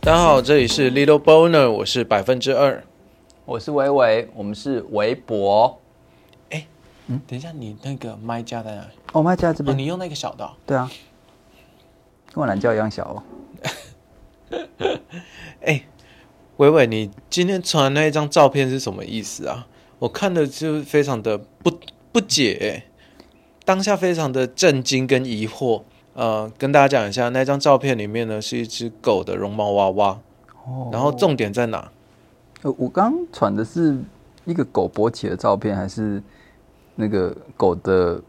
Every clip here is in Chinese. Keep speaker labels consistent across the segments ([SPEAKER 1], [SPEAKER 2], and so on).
[SPEAKER 1] 大家好，这里是 Little Boner，我是百分之二。
[SPEAKER 2] 我是维维，我们是微博。
[SPEAKER 1] 哎，等一下，你那个麦架在哪里？
[SPEAKER 2] 我们家这
[SPEAKER 1] 哦，
[SPEAKER 2] 边，
[SPEAKER 1] 你用那个小的哦、
[SPEAKER 2] 对啊，跟我懒觉一样小哦。
[SPEAKER 1] 伟伟，哎你今天传那一张照片是什么意思啊？我看的就是非常的不不解、当下非常的震惊跟疑惑。呃，跟大家讲一下，那张照片里面呢是一只狗的绒毛娃娃，
[SPEAKER 2] 哦，
[SPEAKER 1] 然后重点在哪？
[SPEAKER 2] 呃我刚传的是一个狗勃起的照片，还是那个狗的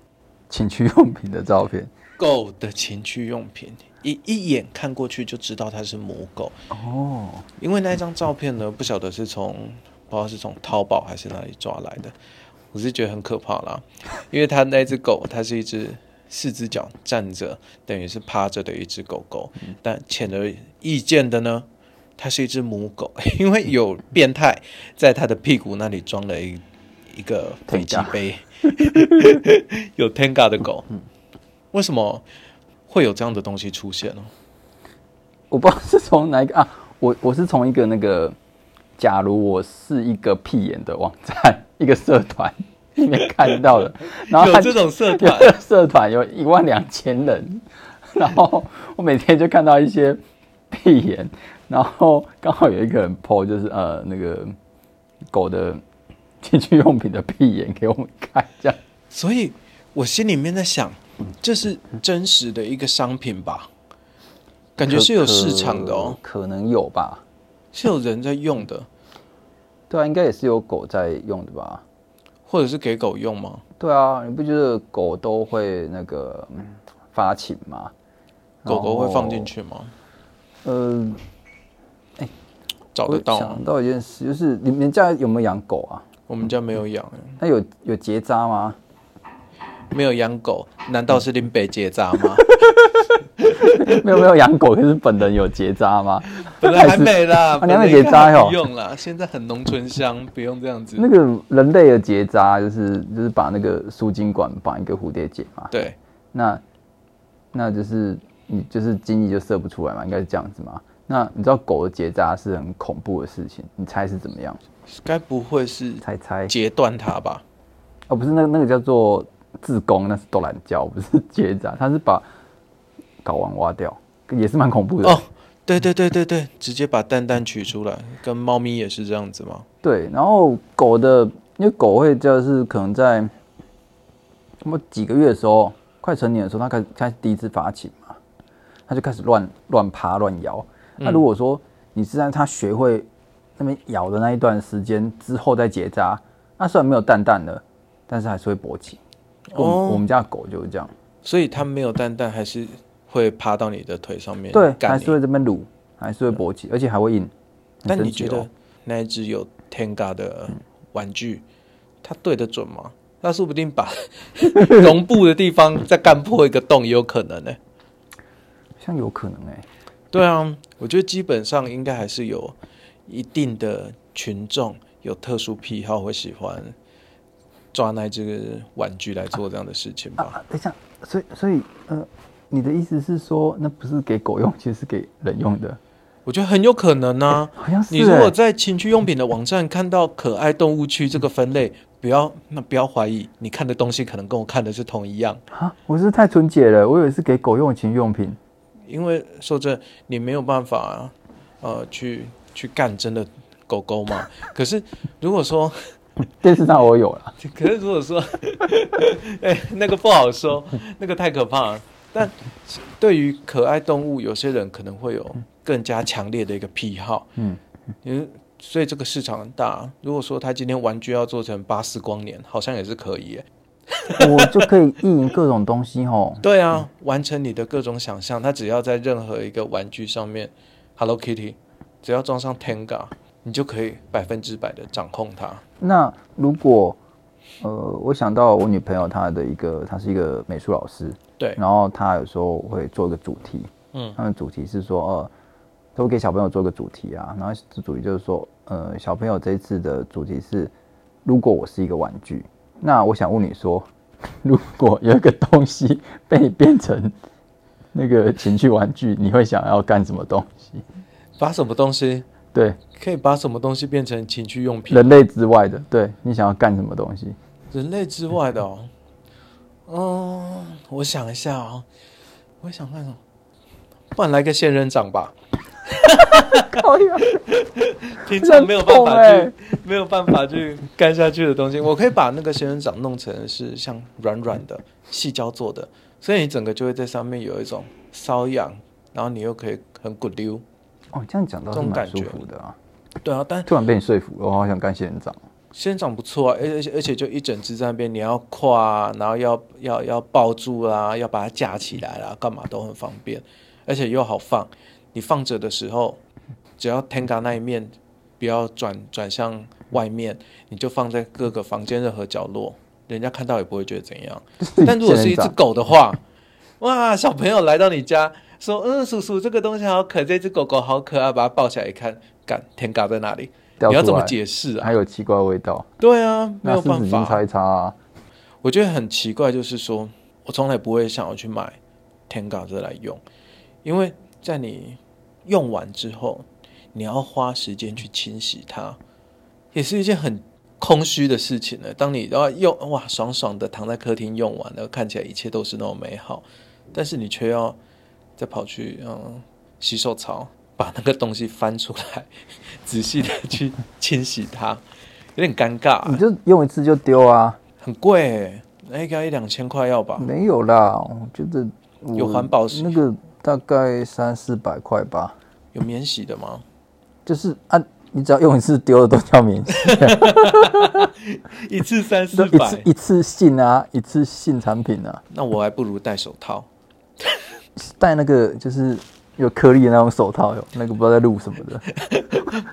[SPEAKER 2] 情趣用品的照片？
[SPEAKER 1] 狗的情趣用品，一一眼看过去就知道它是母狗，
[SPEAKER 2] 哦，
[SPEAKER 1] 因为那张照片呢，不晓得是从不知道是从淘宝还是哪里抓来的，我是觉得很可怕啦，因为它那只狗，它是一只四只脚站着，等于是趴着的一只狗狗，但显而易见的呢，它是一只母狗， 因为有变态在它的屁股那里装了一一个飞机
[SPEAKER 2] Tenga
[SPEAKER 1] 杯， 有 Tenga 的狗，为什么会有这样的东西出现呢？
[SPEAKER 2] 我不知道是从哪一个啊，我我是从一个那个，假如我是一个屁眼的网站，一个社团里面看到 的，然后
[SPEAKER 1] 有
[SPEAKER 2] 他
[SPEAKER 1] 这
[SPEAKER 2] 就
[SPEAKER 1] 种社
[SPEAKER 2] 有
[SPEAKER 1] 团
[SPEAKER 2] 的社团有一万两千人，然后我每天就看到一些屁眼，然后刚好有一个人 PO 就是呃那个狗的 情趣用品的屁眼给我们看，这样
[SPEAKER 1] 所以我心里面在想，这是真实的一个商品吧？感觉是有市场的哦，
[SPEAKER 2] 可，可能有吧？
[SPEAKER 1] 是有人在用的，
[SPEAKER 2] 对啊，应该也是有狗在用的吧？
[SPEAKER 1] 或者是给狗用吗？
[SPEAKER 2] 对啊，你不觉得狗都会那个嗯发情吗？
[SPEAKER 1] 狗狗会放进
[SPEAKER 2] 去。
[SPEAKER 1] 去吗？
[SPEAKER 2] 呃，
[SPEAKER 1] 找
[SPEAKER 2] 哦我
[SPEAKER 1] 得到吗
[SPEAKER 2] 想？到一件事，就是你们家有没有养狗啊？
[SPEAKER 1] 我们家没有养，
[SPEAKER 2] 那有有结扎吗？
[SPEAKER 1] 没有养狗，难道是林北结扎 吗？
[SPEAKER 2] 没有没有养狗，可是本人有结扎吗？
[SPEAKER 1] 本来还没啦，
[SPEAKER 2] 啊你还没
[SPEAKER 1] 本来应该
[SPEAKER 2] 结扎哟
[SPEAKER 1] 不用啦，现在很农村乡，不用这样子。
[SPEAKER 2] 那个人类的结扎就是就是把那个输精管绑一个蝴蝶结嘛，
[SPEAKER 1] 对，
[SPEAKER 2] 那那就是你就是精液就射不出来嘛，应该是这样子嘛。那你知道狗的结扎是很恐怖的事情，你猜是怎么样？
[SPEAKER 1] 该不会是
[SPEAKER 2] 猜猜
[SPEAKER 1] 截断它吧？
[SPEAKER 2] 哦，不是那个那个叫做自宫，那是斗懒教，不是结扎，他是把睾丸挖掉，也是蛮恐怖的。
[SPEAKER 1] 哦，对对对对对，直接把蛋蛋取出来，跟猫咪也是这样子吗？
[SPEAKER 2] 对，然后狗的，因为狗会就是可能在什么几个月的时候，快成年的时候，它开始开始第一次发情嘛，它就开始乱乱爬乱摇。
[SPEAKER 1] 嗯
[SPEAKER 2] 那、如果说你是在它学会那边咬的那一段时间之后再结扎，那虽然没有蛋蛋了，但是还是会勃起。我们、
[SPEAKER 1] 哦
[SPEAKER 2] 我们家的狗就是这样，
[SPEAKER 1] 所以它没有蛋蛋，还是会趴到你的腿上面
[SPEAKER 2] 对，还
[SPEAKER 1] 干
[SPEAKER 2] 是
[SPEAKER 1] 你。
[SPEAKER 2] 会这边撸，还是会勃起，而且还会硬。很
[SPEAKER 1] 但
[SPEAKER 2] 神
[SPEAKER 1] 你
[SPEAKER 2] 奇
[SPEAKER 1] 觉
[SPEAKER 2] 哦
[SPEAKER 1] 得那一只有 Tenga 的
[SPEAKER 2] 嗯
[SPEAKER 1] 玩具，它对得准吗？它说不定把 绒布的地方再干破一个洞也有可能呢、
[SPEAKER 2] 像有可能哎、
[SPEAKER 1] 对啊，我觉得基本上应该还是有一定的群众有特殊癖好，会喜欢抓那只玩具来做这样的事情吧。
[SPEAKER 2] 啊，等一下，所以所以呃，你的意思是说，那不是给狗用，其实是给人用的，
[SPEAKER 1] 我觉得很有可能啊。
[SPEAKER 2] 好像是、
[SPEAKER 1] 你
[SPEAKER 2] 欸。
[SPEAKER 1] 如果在情趣用品的网站看到“可爱动物区”这个分类，不要那不要怀疑，你看的东西可能跟我看的是同一样。
[SPEAKER 2] 啊，我是不是太纯洁了，我以为是给狗用的情趣用品。
[SPEAKER 1] 因为说真的，你没有办法呃去去干真的狗狗嘛。可是如果说，
[SPEAKER 2] 电视上我有了，
[SPEAKER 1] 可是如果说， 哎、那个不好说，那个太可怕了。但对于可爱动物，有些人可能会有更加强烈的一个癖好。
[SPEAKER 2] 嗯，
[SPEAKER 1] 嗯，所以这个市场很大。啊如果说他今天玩具要做成巴斯光年，好像也是可以耶。
[SPEAKER 2] 我就可以意淫各种东西吼。
[SPEAKER 1] 对啊，
[SPEAKER 2] 嗯
[SPEAKER 1] 完成你的各种想象。他只要在任何一个玩具上面，Hello Kitty，只要装上 Tenga，你就可以百分之百的掌控它。
[SPEAKER 2] 那如果呃，我想到我女朋友她的一个，她是一个美术老师，
[SPEAKER 1] 对，
[SPEAKER 2] 然后她有时候会做一个主题，
[SPEAKER 1] 嗯
[SPEAKER 2] 他们主题是说，呃，都会给小朋友做个主题啊，然后这主题就是说，呃，小朋友这一次的主题是，如果我是一个玩具，那我想问你说， 如果有一个东西被你变成那个情趣玩具，你会想要干什么东西？
[SPEAKER 1] 把什么东西
[SPEAKER 2] 对，
[SPEAKER 1] 可以把什么东西变成情趣用品？
[SPEAKER 2] 人类之外的，对你想要干什么 东西？
[SPEAKER 1] 人类之外的哦，嗯，我想一下哦，我想干什么？不然来个仙人掌吧，
[SPEAKER 2] 靠呀！
[SPEAKER 1] 平常没有办法去，
[SPEAKER 2] 很痛欸
[SPEAKER 1] 没有办法去干下去的东西，我可以把那个仙人掌弄成是像软软的细胶做的，所以你整个就会在上面有一种瘙痒，然后你又可以很滚溜。
[SPEAKER 2] 哦，这样讲倒是蛮舒服的啊！
[SPEAKER 1] 对啊，但
[SPEAKER 2] 突然被你说服了，我好想干仙人掌。
[SPEAKER 1] 仙人掌不错啊，而而且而且就一整只在那边，你要跨、啊，然后要要要抱住啦、要把它架起来啦、干嘛都很方便，而且又好放。你放着的时候，只要 Tenga 那一面不要转转向外面，你就放在各个房间任何角落，人家看到也不会觉得怎样。但如果是一只
[SPEAKER 2] 仙人掌
[SPEAKER 1] 狗的话，哇，小朋友来到你家说，嗯，叔叔这个东西好可爱，这只狗狗好可啊爱，把它抱起来一看，干 Tenga 在哪里？
[SPEAKER 2] 掉
[SPEAKER 1] 你要
[SPEAKER 2] 出
[SPEAKER 1] 怎么
[SPEAKER 2] 来
[SPEAKER 1] 解释啊？
[SPEAKER 2] 还有奇怪的味道，
[SPEAKER 1] 对啊，没
[SPEAKER 2] 那
[SPEAKER 1] 有
[SPEAKER 2] 湿
[SPEAKER 1] 办
[SPEAKER 2] 纸巾
[SPEAKER 1] 法。
[SPEAKER 2] 擦一擦啊。
[SPEAKER 1] 我觉得很奇怪，就是说我从来不会想要去买 Tenga 这来用，因为在你用完之后，你要花时间去清洗它，也是一件很空虚的事情呢。当你然后用哇爽爽的躺在客厅用完了，看起来一切都是那么美好，但是你却要再跑去嗯洗手槽把那个东西翻出来， 仔细的去清洗它，有点尴尬、啊
[SPEAKER 2] 你就用一次就丢啊？
[SPEAKER 1] 很贵、欸，那应该一两千块要吧？
[SPEAKER 2] 没有啦，我觉得我
[SPEAKER 1] 有环保
[SPEAKER 2] 那个大概三四百块吧，
[SPEAKER 1] 有免洗的吗？
[SPEAKER 2] 就是啊，你只要用一次丢了都叫免洗，
[SPEAKER 1] 一次三四
[SPEAKER 2] 都一次
[SPEAKER 1] 百，
[SPEAKER 2] 一次性啊，一次性产品啊，
[SPEAKER 1] 那我还不如戴手套。
[SPEAKER 2] 戴那个就是有颗粒的那种手套，有那个不知道在录什么的。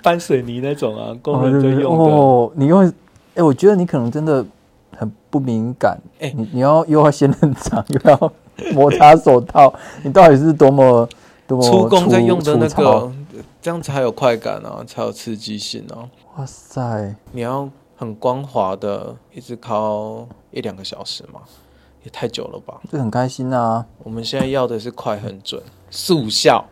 [SPEAKER 1] 搬水泥那种啊，工
[SPEAKER 2] 哦
[SPEAKER 1] 人在
[SPEAKER 2] 对对对
[SPEAKER 1] 用的。
[SPEAKER 2] 哦，你用，哎、我觉得你可能真的很不敏感。
[SPEAKER 1] 哎
[SPEAKER 2] 你你要又要仙人掌，又要摩擦手套，你到底是多么多么
[SPEAKER 1] 出工在用的那
[SPEAKER 2] 粗糙
[SPEAKER 1] 个，这样才有快感啊，才有刺激性啊。
[SPEAKER 2] 哇塞，
[SPEAKER 1] 你要很光滑的，一直烤一两个小时嘛，也太久了吧？
[SPEAKER 2] 这很开心啊！
[SPEAKER 1] 我们现在要的是快、很准、速效。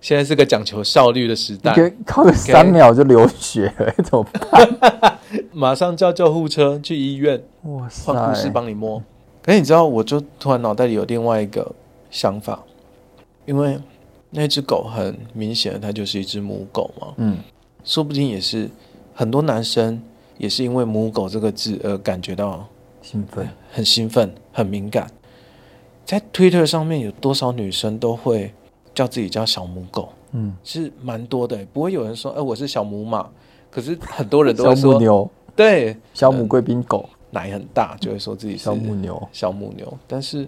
[SPEAKER 1] 现在是个讲求效率的时
[SPEAKER 2] 你
[SPEAKER 1] 代，
[SPEAKER 2] 给靠个三秒就流血了，怎么办？
[SPEAKER 1] 马上叫救护车去医院。
[SPEAKER 2] 哇
[SPEAKER 1] 换哦护士
[SPEAKER 2] 塞，
[SPEAKER 1] 帮你摸。可是你知道，我就突然脑袋里有另外一个想法，因为那只狗很明显，它就是一只母狗嘛，
[SPEAKER 2] 嗯，
[SPEAKER 1] 说不定也是很多男生也是因为“母狗”这个字而感觉到
[SPEAKER 2] 兴奋，
[SPEAKER 1] 很兴奋、很敏感。在 Twitter 上面有多少女生都会叫自己叫小母狗？
[SPEAKER 2] 嗯，
[SPEAKER 1] 是蛮多的、不会有人说“哎、我是小母马”，可是很多人都
[SPEAKER 2] 小
[SPEAKER 1] 会
[SPEAKER 2] 母
[SPEAKER 1] 说嗯
[SPEAKER 2] 牛，
[SPEAKER 1] 对
[SPEAKER 2] 小母贵宾狗，
[SPEAKER 1] 奶很大，就会说自己是
[SPEAKER 2] 小母牛，
[SPEAKER 1] 小母牛，但是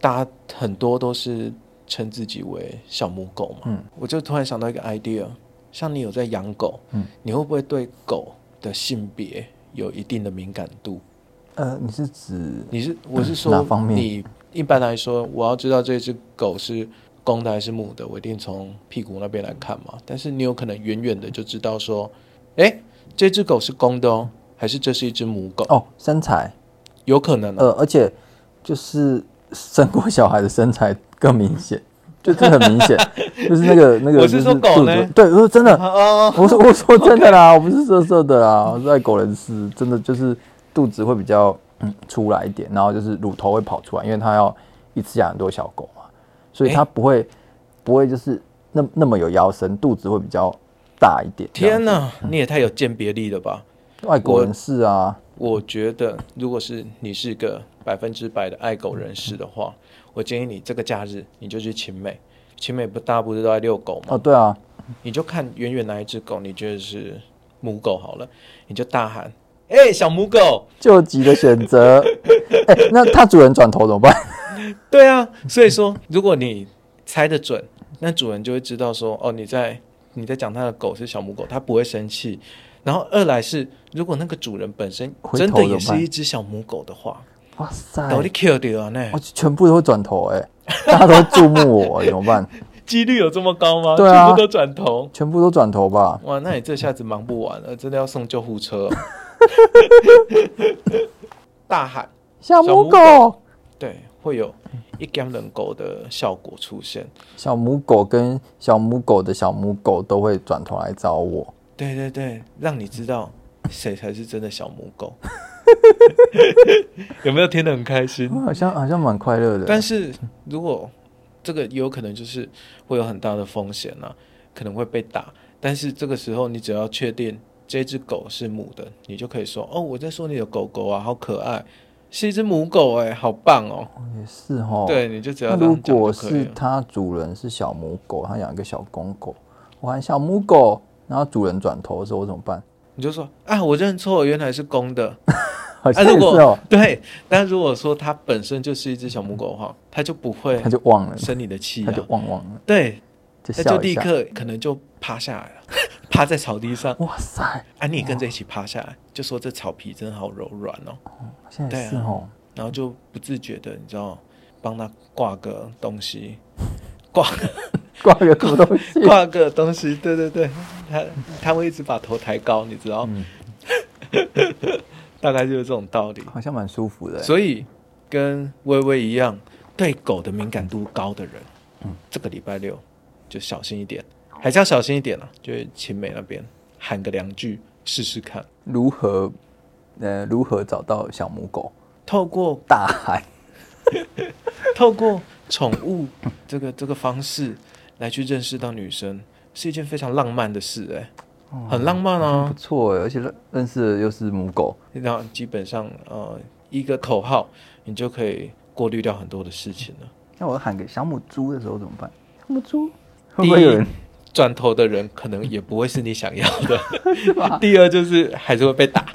[SPEAKER 1] 大家很多都是称自己为小母狗嘛。
[SPEAKER 2] 嗯，
[SPEAKER 1] 我就突然想到一个 idea，像你有在养狗，
[SPEAKER 2] 嗯，
[SPEAKER 1] 你会不会对狗的性别有一定的敏感度？
[SPEAKER 2] 呃，你是指
[SPEAKER 1] 你是我是
[SPEAKER 2] 嗯哪
[SPEAKER 1] 说，
[SPEAKER 2] 方面
[SPEAKER 1] 你一般来说，我要知道这只狗是公的还是母的，我一定从屁股那边来看嘛。但是你有可能远远的就知道说，诶，这只狗是公的哦，还是这是一只母狗？
[SPEAKER 2] 哦身材？
[SPEAKER 1] 有可能、啊，
[SPEAKER 2] 呃，而且就是生过小孩的身材更明显， 就是很明显，就是那个那个，
[SPEAKER 1] 我是说狗呢
[SPEAKER 2] 对，我说真的，
[SPEAKER 1] 哦，
[SPEAKER 2] 我说我说真的啦，我不是色色的啦，我是爱狗人士，真的就是肚子会比较嗯出来一点，然后就是乳头会跑出来，因为它要一次养很多小狗嘛，所以它不会、不会就是那那么有腰身，肚子会比较大一点。这样
[SPEAKER 1] 天哪，
[SPEAKER 2] 嗯
[SPEAKER 1] 你也太有鉴别力了吧！
[SPEAKER 2] 外国人士啊，
[SPEAKER 1] 我觉得，如果是你是个百分之百的爱狗人士的话，我建议你这个假日你就去勤美，勤美不大家不是都在遛狗
[SPEAKER 2] 哦
[SPEAKER 1] 吗？
[SPEAKER 2] 对啊，
[SPEAKER 1] 你就看远远哪一只狗，你觉得是母狗好了，你就大喊：“哎、小母狗
[SPEAKER 2] 救急的选择， 哎、那它主人转头怎么办？！”
[SPEAKER 1] 对啊，所以说，如果你猜得准，那主人就会知道说：“哦，你在你在讲他的狗是小母狗，他不会生气。”然后二来是，如果那个主人本身
[SPEAKER 2] 回头哎
[SPEAKER 1] 真的
[SPEAKER 2] 怎
[SPEAKER 1] 也
[SPEAKER 2] 么
[SPEAKER 1] 是
[SPEAKER 2] 办
[SPEAKER 1] 一只小母狗的话，
[SPEAKER 2] 哇塞！
[SPEAKER 1] 都你 kill 掉呢
[SPEAKER 2] 我。全部都会转头哎、大家都注目我、哎怎么办？
[SPEAKER 1] 几率有这么高吗？
[SPEAKER 2] 对啊
[SPEAKER 1] 全部都转头。
[SPEAKER 2] 全部都转头吧。
[SPEAKER 1] 哇，那你这下子忙不完了，真的要送救护车、哦。 大喊，
[SPEAKER 2] 小
[SPEAKER 1] 母
[SPEAKER 2] 母
[SPEAKER 1] 狗
[SPEAKER 2] 狗，
[SPEAKER 1] 对，会有一 g a 人狗的效果出现。
[SPEAKER 2] 小母狗跟小母狗的小母狗都会转头来找我。
[SPEAKER 1] 对对对，让你知道谁才是真的小母狗。 有没有听得很开心？
[SPEAKER 2] 好像好像蛮快乐的，
[SPEAKER 1] 但是如果这个有可能就是会有很大的风险啊，可能会被打。但是这个时候你只要确定这只狗是母的，你就可以说：“哦，我在说你的狗狗啊，好可爱，是一只母狗哎、好棒哦。
[SPEAKER 2] 也是哦。
[SPEAKER 1] 对，你就只要
[SPEAKER 2] 那
[SPEAKER 1] 这
[SPEAKER 2] 如
[SPEAKER 1] 样讲就
[SPEAKER 2] 果
[SPEAKER 1] 可以
[SPEAKER 2] 是
[SPEAKER 1] 了。
[SPEAKER 2] 它主人是小母狗，它养一个小公狗，我喊小母狗，然后主人转头的时候我怎么办？
[SPEAKER 1] 你就说：“啊，我认错，原来是公的。”
[SPEAKER 2] 好像
[SPEAKER 1] 啊如
[SPEAKER 2] 也是
[SPEAKER 1] 果
[SPEAKER 2] 哦，
[SPEAKER 1] 对，但如果说它本身就是一只小母狗的话，它就不会
[SPEAKER 2] 它就忘了，
[SPEAKER 1] 生你的气
[SPEAKER 2] 它
[SPEAKER 1] 啊
[SPEAKER 2] 就。忘忘了，
[SPEAKER 1] 对，
[SPEAKER 2] 就
[SPEAKER 1] 它就
[SPEAKER 2] 笑一
[SPEAKER 1] 立
[SPEAKER 2] 下。
[SPEAKER 1] 刻可能就趴下来了， 趴在草地上。
[SPEAKER 2] 哇塞，
[SPEAKER 1] 啊，你也跟着一起趴下来，就说这草皮真的好柔软哦，
[SPEAKER 2] 好像也是
[SPEAKER 1] 对啊
[SPEAKER 2] 哦，
[SPEAKER 1] 然后就不自觉的，你知道，帮它挂个东西，挂
[SPEAKER 2] 挂个什么东西？
[SPEAKER 1] 挂个东西，对对对，它它会一直把头抬高，你知道，
[SPEAKER 2] 嗯，
[SPEAKER 1] 大概就是这种道理。
[SPEAKER 2] 好像蛮舒服的欸。
[SPEAKER 1] 所以跟微微一样，对狗的敏感度高的人，这个礼拜六就小心一点，还是要小心一点啊。就是秦美那边喊个两句试试看，
[SPEAKER 2] 如何呃如何找到小母狗？
[SPEAKER 1] 透过
[SPEAKER 2] 大海
[SPEAKER 1] 透过宠物
[SPEAKER 2] 嗯
[SPEAKER 1] 这个这个方式来去认识到女生，是一件非常浪漫的事、欸，很浪漫
[SPEAKER 2] 哦不
[SPEAKER 1] 啊。
[SPEAKER 2] 错欸，而且认认识的又是母狗，
[SPEAKER 1] 然后基本上呃一个口号，你就可以过滤掉很多的事情了。
[SPEAKER 2] 那我喊给小母猪的时候怎么办？小母猪会
[SPEAKER 1] 第
[SPEAKER 2] 不会有
[SPEAKER 1] 一
[SPEAKER 2] 人？，
[SPEAKER 1] 转头的人可能也不会是你想要
[SPEAKER 2] 吧
[SPEAKER 1] 的。第二就是还是会被打，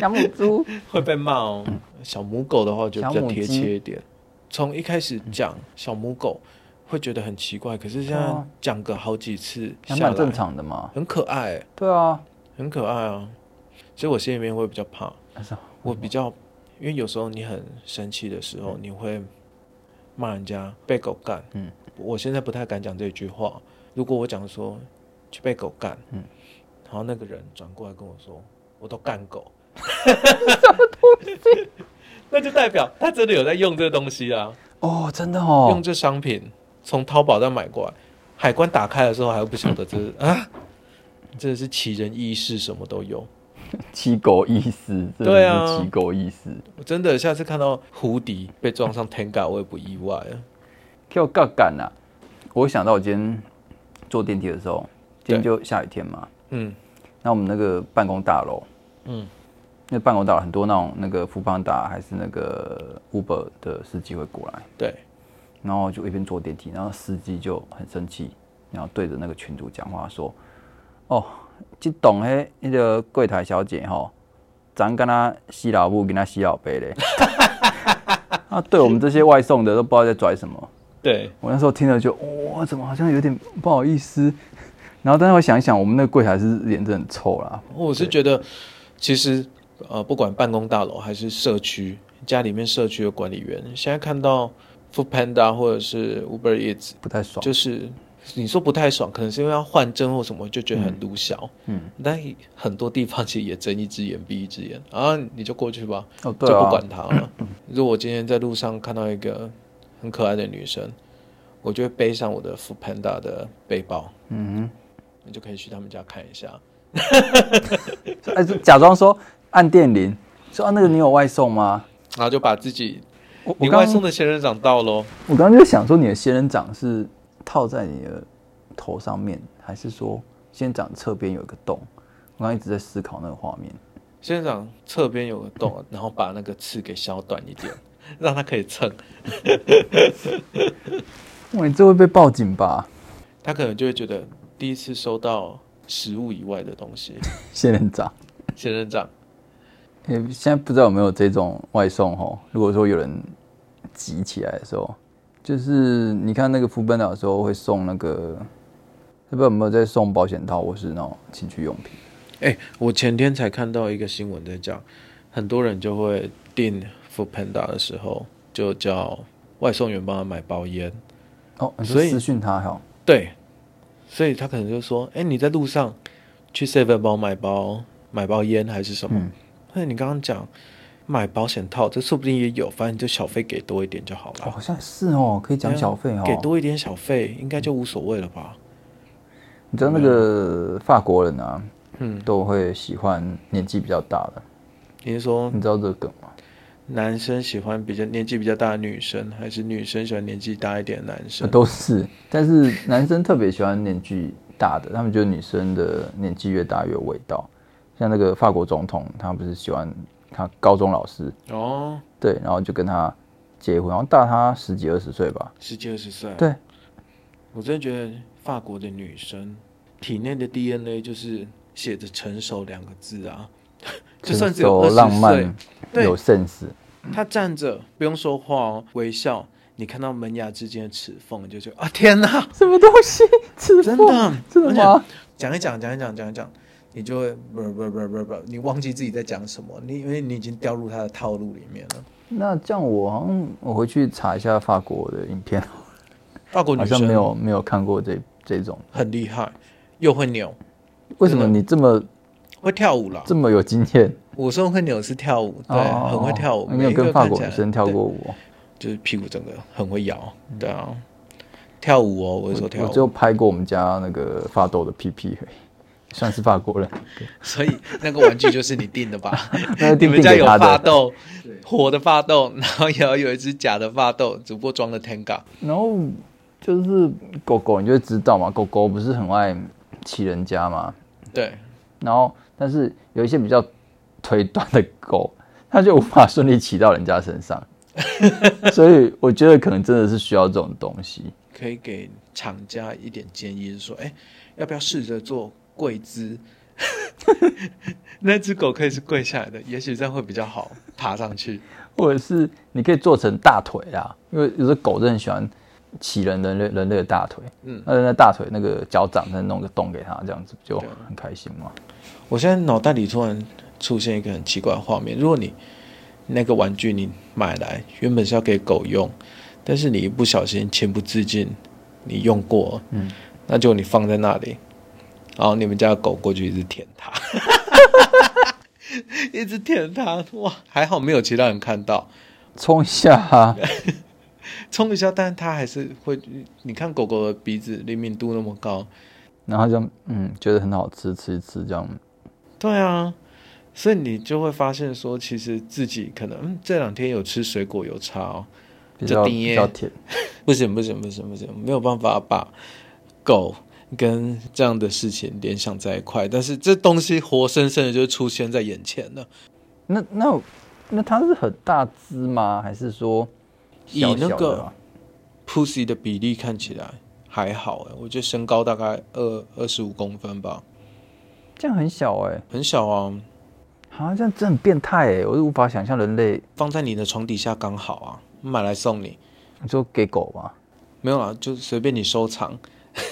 [SPEAKER 2] 小母 猪，
[SPEAKER 1] 会被骂哦。
[SPEAKER 2] 嗯
[SPEAKER 1] 小母狗的话就比较贴切一点。从一开始讲小母狗，会觉得很奇怪，可是现在
[SPEAKER 2] 哦
[SPEAKER 1] 讲个好几次
[SPEAKER 2] 还
[SPEAKER 1] 下
[SPEAKER 2] 蛮正
[SPEAKER 1] 来，
[SPEAKER 2] 常的嘛。
[SPEAKER 1] 很可爱欸，
[SPEAKER 2] 对啊，
[SPEAKER 1] 很可爱啊。所以我心里面会比较怕，
[SPEAKER 2] 是啊
[SPEAKER 1] 我比较，因为有时候你很生气的时候，你会骂人家被狗干。
[SPEAKER 2] 嗯，
[SPEAKER 1] 我现在不太敢讲这句话。如果我讲说去被狗干，
[SPEAKER 2] 嗯，
[SPEAKER 1] 然后那个人转过来跟我说我都干狗， 那就代表他真的有在用这个东西啊，
[SPEAKER 2] 哦，真的哦
[SPEAKER 1] 用，这商品从淘宝再买过来，海关打开的时候还不晓得这是啊，真的是奇人异事，什么都有。
[SPEAKER 2] 奇狗异事，真的
[SPEAKER 1] 对啊
[SPEAKER 2] 是奇狗异事。
[SPEAKER 1] 我真的下次看到胡迪被撞上 Tenga，我也不意外啊。
[SPEAKER 2] Q 杠杆啊！我想到我今天坐电梯的时候，今天就下雨天嘛，
[SPEAKER 1] 嗯
[SPEAKER 2] 那我们那个办公大楼，
[SPEAKER 1] 嗯
[SPEAKER 2] 那办公大楼很多那种那个富邦达还是那个 Uber 的司机会过来，，
[SPEAKER 1] 对，
[SPEAKER 2] 然后就一边坐电梯，然后司机就很生气，然后对着那个群主讲话说：“哦，这懂嘿，那个柜台小姐吼，咱跟她洗老布，跟她洗老杯嘞。” 啊，对我们这些外送的都不知道在拽什么。
[SPEAKER 1] 对，
[SPEAKER 2] 我那时候听了就，哇、怎么好像有点不好意思。然后，但是我想一想，我们那个柜台是脸真的很臭啦。
[SPEAKER 1] 我是觉得，其实呃，不管办公大楼还是社区，家里面社区的管理员，现在看到 Food Panda 或者是 Uber Eats，
[SPEAKER 2] 不太爽。
[SPEAKER 1] 就是你说不太爽，可能是因为要换针或什么，就觉得很鲁小。
[SPEAKER 2] 嗯，
[SPEAKER 1] 但很多地方其实也睁一只眼闭一只眼，啊，你就过去吧，就
[SPEAKER 2] 哦，对
[SPEAKER 1] 不
[SPEAKER 2] 啊，
[SPEAKER 1] 管它了。 如果我今天在路上看到一个很可爱的女生，我就会背上我的 Food Panda 的背包，
[SPEAKER 2] 嗯
[SPEAKER 1] 你就可以去他们家看一下。
[SPEAKER 2] 哼，哎，就假装说按电铃，说啊那个你有外送吗？
[SPEAKER 1] 然后就把自己
[SPEAKER 2] 我我
[SPEAKER 1] 你
[SPEAKER 2] 刚
[SPEAKER 1] 外送的仙人掌到喽。
[SPEAKER 2] 我刚刚就想说，你的仙人掌是套在你的头上面，还是说仙人掌侧边有一个洞？我刚刚一直在思考那个画面。
[SPEAKER 1] 仙人掌侧边有个洞，然后把那个刺给削短一点， 让它可以蹭，
[SPEAKER 2] 哇，你这会被报警吧？
[SPEAKER 1] 它可能就会觉得第一次收到食物以外的东 西。
[SPEAKER 2] 仙人掌，
[SPEAKER 1] 仙人掌，
[SPEAKER 2] 欸现在不知道有没有这种外送吼？如果说有人急起来的时候，就是你看那个福本岛的时候会送那个，不知道有没有在送保险套或是那种情趣用品？
[SPEAKER 1] 哎、我前天才看到一个新闻在讲，很多人就会订 Food Panda 的时候就叫外送员帮他买包烟，
[SPEAKER 2] 哦，你说
[SPEAKER 1] 所以
[SPEAKER 2] 私讯他哈，
[SPEAKER 1] 对，所以他可能就说：“哎、你在路上去 Seven 帮我买包买包烟还是什么？”
[SPEAKER 2] 嗯
[SPEAKER 1] 那、你刚刚讲买保险套，这说不定也有，反正你就小费给多一点就好
[SPEAKER 2] 哦，
[SPEAKER 1] 了。
[SPEAKER 2] 好像是哦，可以讲小费哦。
[SPEAKER 1] 给多一点小费应该就无所谓了吧？
[SPEAKER 2] 你知道那个法国人啊，
[SPEAKER 1] 嗯，
[SPEAKER 2] 都会喜欢年纪比较大的，
[SPEAKER 1] 你是说
[SPEAKER 2] 你知道这个梗吗？
[SPEAKER 1] 男生喜欢比较年纪比较大的女生，还是女生喜欢年纪大一点的男
[SPEAKER 2] 呃
[SPEAKER 1] 生？
[SPEAKER 2] 都是，但是男生特别喜欢年纪大的，他们觉得女生的年纪越大越有味道。像那个法国总统，他不是喜欢他高中老师，
[SPEAKER 1] 哦，
[SPEAKER 2] 对，然后就跟他结婚，然后大他十几二十岁吧。
[SPEAKER 1] 十几二十岁。
[SPEAKER 2] 对，
[SPEAKER 1] 我真的觉得法国的女生体内的 DNA 就是写着成熟两个字啊，就算只有二
[SPEAKER 2] 成熟浪
[SPEAKER 1] 十岁
[SPEAKER 2] 漫，，
[SPEAKER 1] 对
[SPEAKER 2] 有 sense，
[SPEAKER 1] 她站着不用说话哦，微笑，你看到门牙之间的齿缝，你就觉得啊天哪，
[SPEAKER 2] 什么东西？吃
[SPEAKER 1] 真的啊
[SPEAKER 2] 真的吗？
[SPEAKER 1] 讲一讲，讲一讲，讲一讲，你就会不不不不不，你忘记自己在讲什么，你因为你已经掉入她的套路里面了。
[SPEAKER 2] 那这样我好像我回去查一下法国的影片，
[SPEAKER 1] 法 国女
[SPEAKER 2] 好像没
[SPEAKER 1] 生
[SPEAKER 2] 有没有看过这这种。
[SPEAKER 1] 很厉害，又会扭，
[SPEAKER 2] 为什么你这么
[SPEAKER 1] 会跳舞啦。
[SPEAKER 2] 这么有经验？
[SPEAKER 1] 我说会扭是跳舞，对，
[SPEAKER 2] 哦
[SPEAKER 1] 很会跳舞。
[SPEAKER 2] 你有
[SPEAKER 1] 每一个
[SPEAKER 2] 跟法
[SPEAKER 1] 看
[SPEAKER 2] 国
[SPEAKER 1] 起来
[SPEAKER 2] 女生跳
[SPEAKER 1] 对
[SPEAKER 2] 过舞哦？
[SPEAKER 1] 就是屁股整个很会摇，对啊，跳舞哦，我是说跳
[SPEAKER 2] 我
[SPEAKER 1] 舞，
[SPEAKER 2] 就拍过我们家那个发抖的屁屁 而已，算是法国人。
[SPEAKER 1] 所以那个玩具就是你定的吧？
[SPEAKER 2] 那
[SPEAKER 1] 你
[SPEAKER 2] 定
[SPEAKER 1] 们
[SPEAKER 2] 定
[SPEAKER 1] 家
[SPEAKER 2] 给
[SPEAKER 1] 有
[SPEAKER 2] 他
[SPEAKER 1] 发
[SPEAKER 2] 的。
[SPEAKER 1] 豆，活的发豆，然后也要有一只假的发豆，只不过装了 Tenga。
[SPEAKER 2] 然后就是狗狗，你就会知道嘛，狗狗不是很爱骑人家嘛。
[SPEAKER 1] 对，
[SPEAKER 2] 然后，但是有一些比较腿短的狗， 它就无法顺利骑到人家身上。 所以我觉得可能真的是需要这种东西。
[SPEAKER 1] 可以给厂家一点建议，就是说，哎，要不要试着做跪姿？ 那只狗可以是跪下来的，也许这样会比较好爬上去。
[SPEAKER 2] 或者是你可以做成大腿啦，因为有时候狗真的很喜欢骑人人类人类的大腿，
[SPEAKER 1] 嗯
[SPEAKER 2] 嗯，那人家大腿那个脚掌再弄个洞给它，这样子不就
[SPEAKER 1] 对
[SPEAKER 2] 很开心吗？
[SPEAKER 1] 我现在脑袋里突然出现一个很奇怪的画面：如果你那个玩具你买来原本是要给狗用，但是你一不小心情不自禁你用过，
[SPEAKER 2] 嗯，
[SPEAKER 1] 那就你放在那里，然后你们家的狗过去一直舔它，一直舔它，哇，还好没有其他人看到，
[SPEAKER 2] 冲一下、啊，
[SPEAKER 1] 冲一下，但是它还是会，你看狗狗的鼻子灵敏度那么高，
[SPEAKER 2] 然后就嗯觉得很好吃，吃一吃这样。
[SPEAKER 1] 对啊，所以你就会发现说，其实自己可能、嗯、这两天有吃水果有差哦。
[SPEAKER 2] 比较
[SPEAKER 1] 就定耶
[SPEAKER 2] 比较甜，
[SPEAKER 1] 不行不行不行不行，没有办法把狗跟这样的事情联想在一块。但是这东西活生生的就出现在眼前了。
[SPEAKER 2] 那那那它是很大只吗？还是说
[SPEAKER 1] 以
[SPEAKER 2] 小
[SPEAKER 1] 那
[SPEAKER 2] 小
[SPEAKER 1] 个
[SPEAKER 2] 的啊？
[SPEAKER 1] Pussy 的比例看起来还好诶，我觉得身高大概二二十五公分吧，
[SPEAKER 2] 这样很小哎、欸，
[SPEAKER 1] 很小啊，
[SPEAKER 2] 好、啊、像这样真的很变态哎、我是无法想象人类，
[SPEAKER 1] 放在你的床底下刚好啊，买来送你。
[SPEAKER 2] 你说给狗吗？
[SPEAKER 1] 没有啦，就随便你收藏，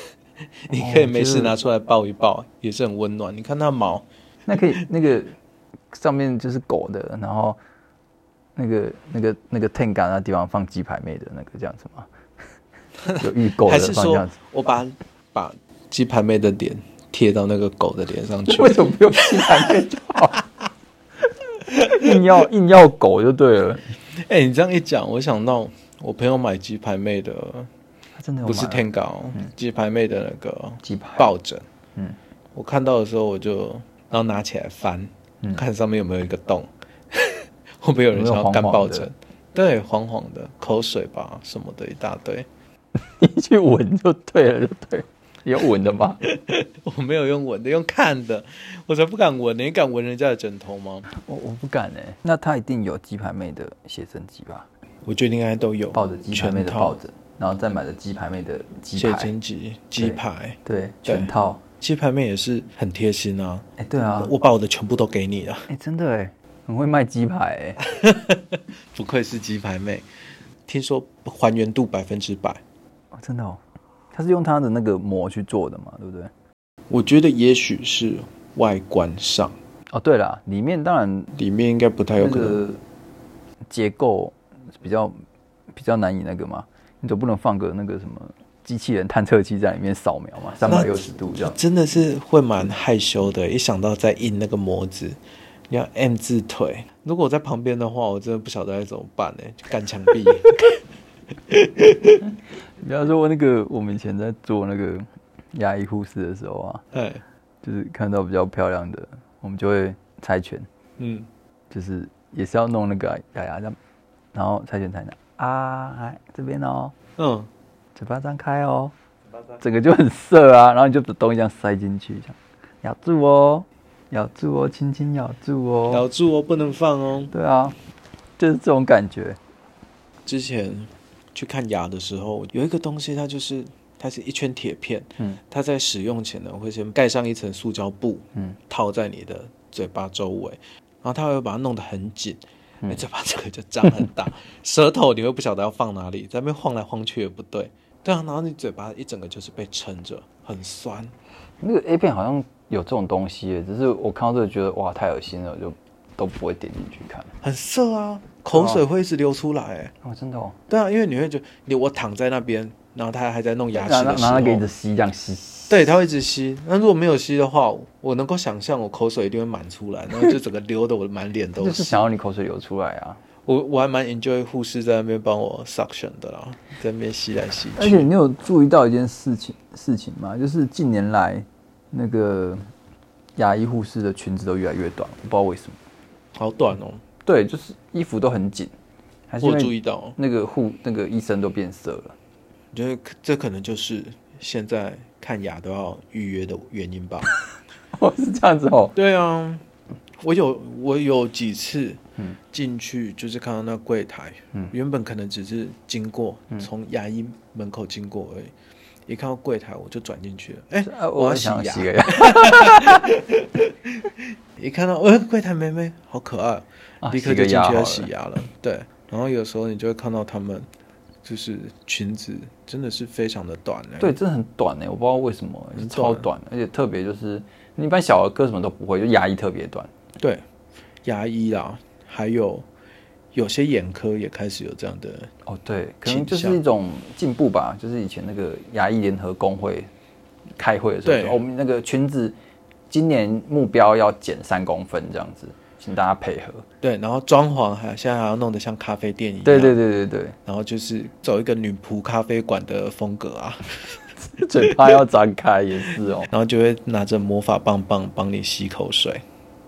[SPEAKER 1] 你可以没
[SPEAKER 2] 哦就
[SPEAKER 1] 事
[SPEAKER 2] 是
[SPEAKER 1] 拿出来抱一抱，也是很温暖。你看它毛，
[SPEAKER 2] 那可以，那个上面就是狗的，然后那个那个那个 tank 啊那地方放鸡排妹的那个这样子吗？有预 购
[SPEAKER 1] 还
[SPEAKER 2] 的
[SPEAKER 1] 是
[SPEAKER 2] 放这样
[SPEAKER 1] 说
[SPEAKER 2] 子，
[SPEAKER 1] 我把把鸡排妹的脸贴到那个狗的脸上去
[SPEAKER 2] ？为什么不用鸡排妹就好？ 硬要硬要狗就对 了，
[SPEAKER 1] 哎、你这样一讲，我想到我朋友买鸡排妹的，
[SPEAKER 2] 他真的有
[SPEAKER 1] 不是
[SPEAKER 2] 买
[SPEAKER 1] Tango，哦鸡、排妹的那个
[SPEAKER 2] 鸡排
[SPEAKER 1] 抱枕。
[SPEAKER 2] 嗯，
[SPEAKER 1] 我看到的时候，我就然后拿起来翻，
[SPEAKER 2] 嗯
[SPEAKER 1] 看上面有没有一个洞， 会不会有人
[SPEAKER 2] 有没有
[SPEAKER 1] 想要干
[SPEAKER 2] 黄黄
[SPEAKER 1] 抱
[SPEAKER 2] 的
[SPEAKER 1] 枕？对，黄黄的口水吧，什么的一大堆。
[SPEAKER 2] 你去闻就对了，就对了，有闻的吗？
[SPEAKER 1] 我没有用闻的，用看的，我才不敢闻呢。你敢闻人家的枕头吗？
[SPEAKER 2] 我我不敢哎、那他一定有鸡排妹的写真集吧？
[SPEAKER 1] 我觉得应该都有，
[SPEAKER 2] 抱着鸡排妹
[SPEAKER 1] 全
[SPEAKER 2] 的
[SPEAKER 1] 套
[SPEAKER 2] 抱枕，然后再买的鸡排妹的鸡
[SPEAKER 1] 写
[SPEAKER 2] 排，
[SPEAKER 1] 真集、鸡排，
[SPEAKER 2] 对，全套。
[SPEAKER 1] 鸡排妹也是很贴心啊。
[SPEAKER 2] 哎、对啊，
[SPEAKER 1] 我把我的全部都给你了，
[SPEAKER 2] 哎、真的哎，很会卖鸡排哎。
[SPEAKER 1] 不愧是鸡排妹。听说还原度百分之百，
[SPEAKER 2] 哦，真的哦，它是用它的那个膜去做的嘛，对不对？
[SPEAKER 1] 我觉得也许是外观上，
[SPEAKER 2] 哦，对啦，里面当然
[SPEAKER 1] 里面应该不太有
[SPEAKER 2] 那
[SPEAKER 1] 可能。
[SPEAKER 2] 个结构比较比较难以那个嘛，你总不能放个那个什么机器人探测器在里面扫描嘛，三百六十度这样。
[SPEAKER 1] 真的是会蛮害羞的，一想到在印那个模子，你要 M 字腿，如果我在旁边的话，我真的不晓得该怎么办呢，就干墙 壁。
[SPEAKER 2] 比方说那个我们以前在做那个牙医护士的时候啊，
[SPEAKER 1] 哎，
[SPEAKER 2] 就是看到比较漂亮的，我们就会猜拳，
[SPEAKER 1] 嗯，
[SPEAKER 2] 就是也是要弄那个牙牙这样，然后猜拳猜哪啊，来这边哦，
[SPEAKER 1] 嗯，
[SPEAKER 2] 嘴巴张开哦，整个就很色啊，然后你就把东西这样塞进去，这样咬住哦，咬住哦，轻轻咬住哦，
[SPEAKER 1] 咬住哦，不能放哦。
[SPEAKER 2] 对啊，就是这种感觉，
[SPEAKER 1] 之前去看牙的时候，有一个东西，它就是它是一圈铁片，
[SPEAKER 2] 嗯，
[SPEAKER 1] 它在使用前呢会先盖上一层塑胶布，
[SPEAKER 2] 嗯，
[SPEAKER 1] 套在你的嘴巴周围，然后它会把它弄得很紧，
[SPEAKER 2] 嗯
[SPEAKER 1] 你嘴巴这个就张很 大，舌头你会不晓得要放哪里，在那边晃来晃去也不对，对啊，然后你嘴巴一整个就是被撑着，很酸，
[SPEAKER 2] 那个 A 片好像有这种东西耶，只是我看到这个觉得哇太恶心了，我就都不会点进去看。
[SPEAKER 1] 很涩啊，口水会一直流出来、哎
[SPEAKER 2] 哦，真的哦，
[SPEAKER 1] 对啊，因为你会觉得你我躺在那边，然后他还在弄牙齿
[SPEAKER 2] 拿拿
[SPEAKER 1] 的时
[SPEAKER 2] 拿
[SPEAKER 1] 候
[SPEAKER 2] 那。个一直吸这样吸，
[SPEAKER 1] 对，它会一直吸。那如果没有吸的话，我能够想象我口水一定会满出来，然后就整个流的我满脸
[SPEAKER 2] 它
[SPEAKER 1] 都。
[SPEAKER 2] 就是是想要你口水流出来啊。
[SPEAKER 1] 我我还蛮 enjoy 护士在那边帮我 suction 的啦，在那边吸来吸
[SPEAKER 2] 而且
[SPEAKER 1] 去。
[SPEAKER 2] 你有注意到一件事情事情吗？就是近年来那个牙医护士的裙子都越来越短，我不知道为什么。
[SPEAKER 1] 好短哦，
[SPEAKER 2] 对，就是衣服都很紧，还是
[SPEAKER 1] 我
[SPEAKER 2] 因
[SPEAKER 1] 有注
[SPEAKER 2] 为
[SPEAKER 1] 意到，
[SPEAKER 2] 那个护那个医生都变色了。
[SPEAKER 1] 我觉得可这可能就是现在看牙都要预约的原因 吧。
[SPEAKER 2] 哦，是这样子哦。
[SPEAKER 1] 对啊，我有我有几次
[SPEAKER 2] 嗯
[SPEAKER 1] 进去，就是看到那柜台，原本可能只是经过，
[SPEAKER 2] 嗯
[SPEAKER 1] 从牙医门口经过而已，一看到柜台我就转进去了，哎、
[SPEAKER 2] 啊
[SPEAKER 1] 我要
[SPEAKER 2] 我
[SPEAKER 1] 洗
[SPEAKER 2] 想
[SPEAKER 1] 牙
[SPEAKER 2] 洗个牙，
[SPEAKER 1] 一看到呃柜台妹妹好可爱，
[SPEAKER 2] 啊
[SPEAKER 1] 立刻
[SPEAKER 2] 洗
[SPEAKER 1] 就进
[SPEAKER 2] 个
[SPEAKER 1] 去
[SPEAKER 2] 牙好
[SPEAKER 1] 要
[SPEAKER 2] 了
[SPEAKER 1] 洗牙了，对，然后有时候你就会看到他们就是裙子真的是非常的短、欸，
[SPEAKER 2] 对，真的很短哎，我不知道为什么，是超短，而且特别就是你一般小儿科什么都不会，就牙医特别短。
[SPEAKER 1] 对，牙医啦，还有有些眼科也开始有这样的
[SPEAKER 2] 哦，对，可
[SPEAKER 1] 倾
[SPEAKER 2] 能就是
[SPEAKER 1] 向
[SPEAKER 2] 一种进步吧，就是以前那个牙医联合工会开会的时候
[SPEAKER 1] 对
[SPEAKER 2] 说，哦我们那个裙子今年目标要减三公分这样子，请大家配合。
[SPEAKER 1] 对，然后装潢还现在还要弄得像咖啡店一样，
[SPEAKER 2] 对对对对
[SPEAKER 1] 然后就是走一个女仆咖啡馆的风格啊，
[SPEAKER 2] 对，嘴巴要张开也是哦。
[SPEAKER 1] 然后就会拿着魔法棒棒帮你吸口水，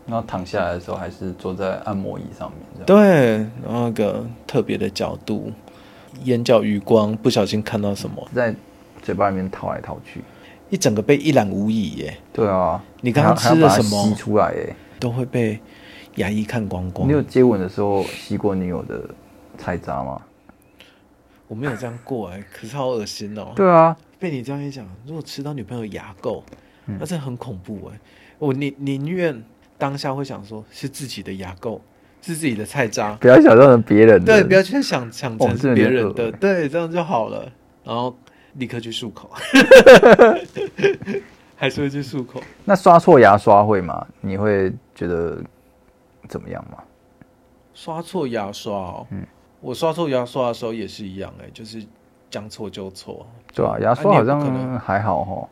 [SPEAKER 2] 然后躺下来的时候还是坐在按摩椅上面这样。
[SPEAKER 1] 对，然后一个特别的角度，眼角余光不小心看到什么，
[SPEAKER 2] 在嘴巴里面掏来掏去。
[SPEAKER 1] 一整个被一览无遗耶，
[SPEAKER 2] 对啊，
[SPEAKER 1] 你刚刚
[SPEAKER 2] 还要
[SPEAKER 1] 吃了
[SPEAKER 2] 还要把它
[SPEAKER 1] 什么
[SPEAKER 2] 吸出来欸耶。
[SPEAKER 1] 都会被牙医看光光
[SPEAKER 2] 你。有接吻的时候吸过女友的菜渣吗？
[SPEAKER 1] 我没有这样过哎，可是好恶心哦。
[SPEAKER 2] 对啊，
[SPEAKER 1] 被你这样一讲，如果吃到女朋友牙垢，
[SPEAKER 2] 嗯
[SPEAKER 1] 那真的很恐怖哎、我宁宁愿当下会想说是自己的牙垢，是自己的菜渣，
[SPEAKER 2] 不要想到别人的。
[SPEAKER 1] 对，不要去想想
[SPEAKER 2] 嗯哦
[SPEAKER 1] 成
[SPEAKER 2] 这
[SPEAKER 1] 是
[SPEAKER 2] 有
[SPEAKER 1] 别
[SPEAKER 2] 点
[SPEAKER 1] 人
[SPEAKER 2] 恶
[SPEAKER 1] 的，对，这样就好了。然后立刻去漱口， 还是会去漱口。
[SPEAKER 2] 那刷错牙刷会吗？你会觉得怎么样吗？
[SPEAKER 1] 刷错牙刷哦，
[SPEAKER 2] 嗯
[SPEAKER 1] 我刷错牙刷的时候也是一样哎、就是将错就错，
[SPEAKER 2] 对啊，牙
[SPEAKER 1] 啊
[SPEAKER 2] 刷
[SPEAKER 1] 你也
[SPEAKER 2] 好
[SPEAKER 1] 不可能
[SPEAKER 2] 像还好哈。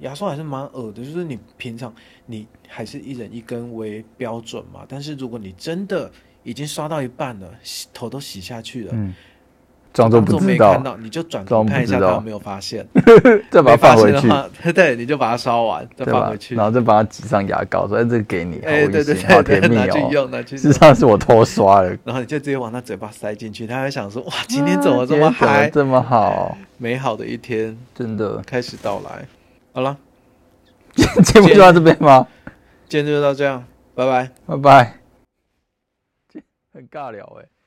[SPEAKER 1] 牙刷还是蛮恶的，就是你平常你还是一人一根为标准嘛，但是如果你真的已经刷到一半了，洗头都洗下去了，
[SPEAKER 2] 嗯，装作
[SPEAKER 1] 当啊
[SPEAKER 2] 不
[SPEAKER 1] 作
[SPEAKER 2] 知
[SPEAKER 1] 没看
[SPEAKER 2] 道，
[SPEAKER 1] 到，你就转头
[SPEAKER 2] 装不
[SPEAKER 1] 看一下
[SPEAKER 2] 知
[SPEAKER 1] 他
[SPEAKER 2] 道
[SPEAKER 1] 有没有发现，
[SPEAKER 2] 再
[SPEAKER 1] 没
[SPEAKER 2] 把它
[SPEAKER 1] 发
[SPEAKER 2] 放
[SPEAKER 1] 现
[SPEAKER 2] 回
[SPEAKER 1] 的
[SPEAKER 2] 去，
[SPEAKER 1] 话， 对，你就把它刷完，再
[SPEAKER 2] 对
[SPEAKER 1] 放
[SPEAKER 2] 吧
[SPEAKER 1] 回？去
[SPEAKER 2] 然。后再把它挤上牙膏，说：“哎，这个给你，好
[SPEAKER 1] 哎，对
[SPEAKER 2] 恶
[SPEAKER 1] 对
[SPEAKER 2] 心，好
[SPEAKER 1] 对
[SPEAKER 2] 甜
[SPEAKER 1] 对，
[SPEAKER 2] 蜜
[SPEAKER 1] 拿去
[SPEAKER 2] 哦。
[SPEAKER 1] 用，拿”去
[SPEAKER 2] 事实
[SPEAKER 1] 用。
[SPEAKER 2] 上是我偷刷的。
[SPEAKER 1] 然后你就直接往他嘴巴塞进去，他会想说：“哇， 今天怎么这么
[SPEAKER 2] 啊今天
[SPEAKER 1] 嗨？
[SPEAKER 2] 这么好，
[SPEAKER 1] 美好的一天
[SPEAKER 2] 真的。
[SPEAKER 1] 开始到来。”好了，
[SPEAKER 2] 节目就到这边吗？
[SPEAKER 1] 今天就到这样，拜拜。
[SPEAKER 2] 拜拜。很尬聊哎、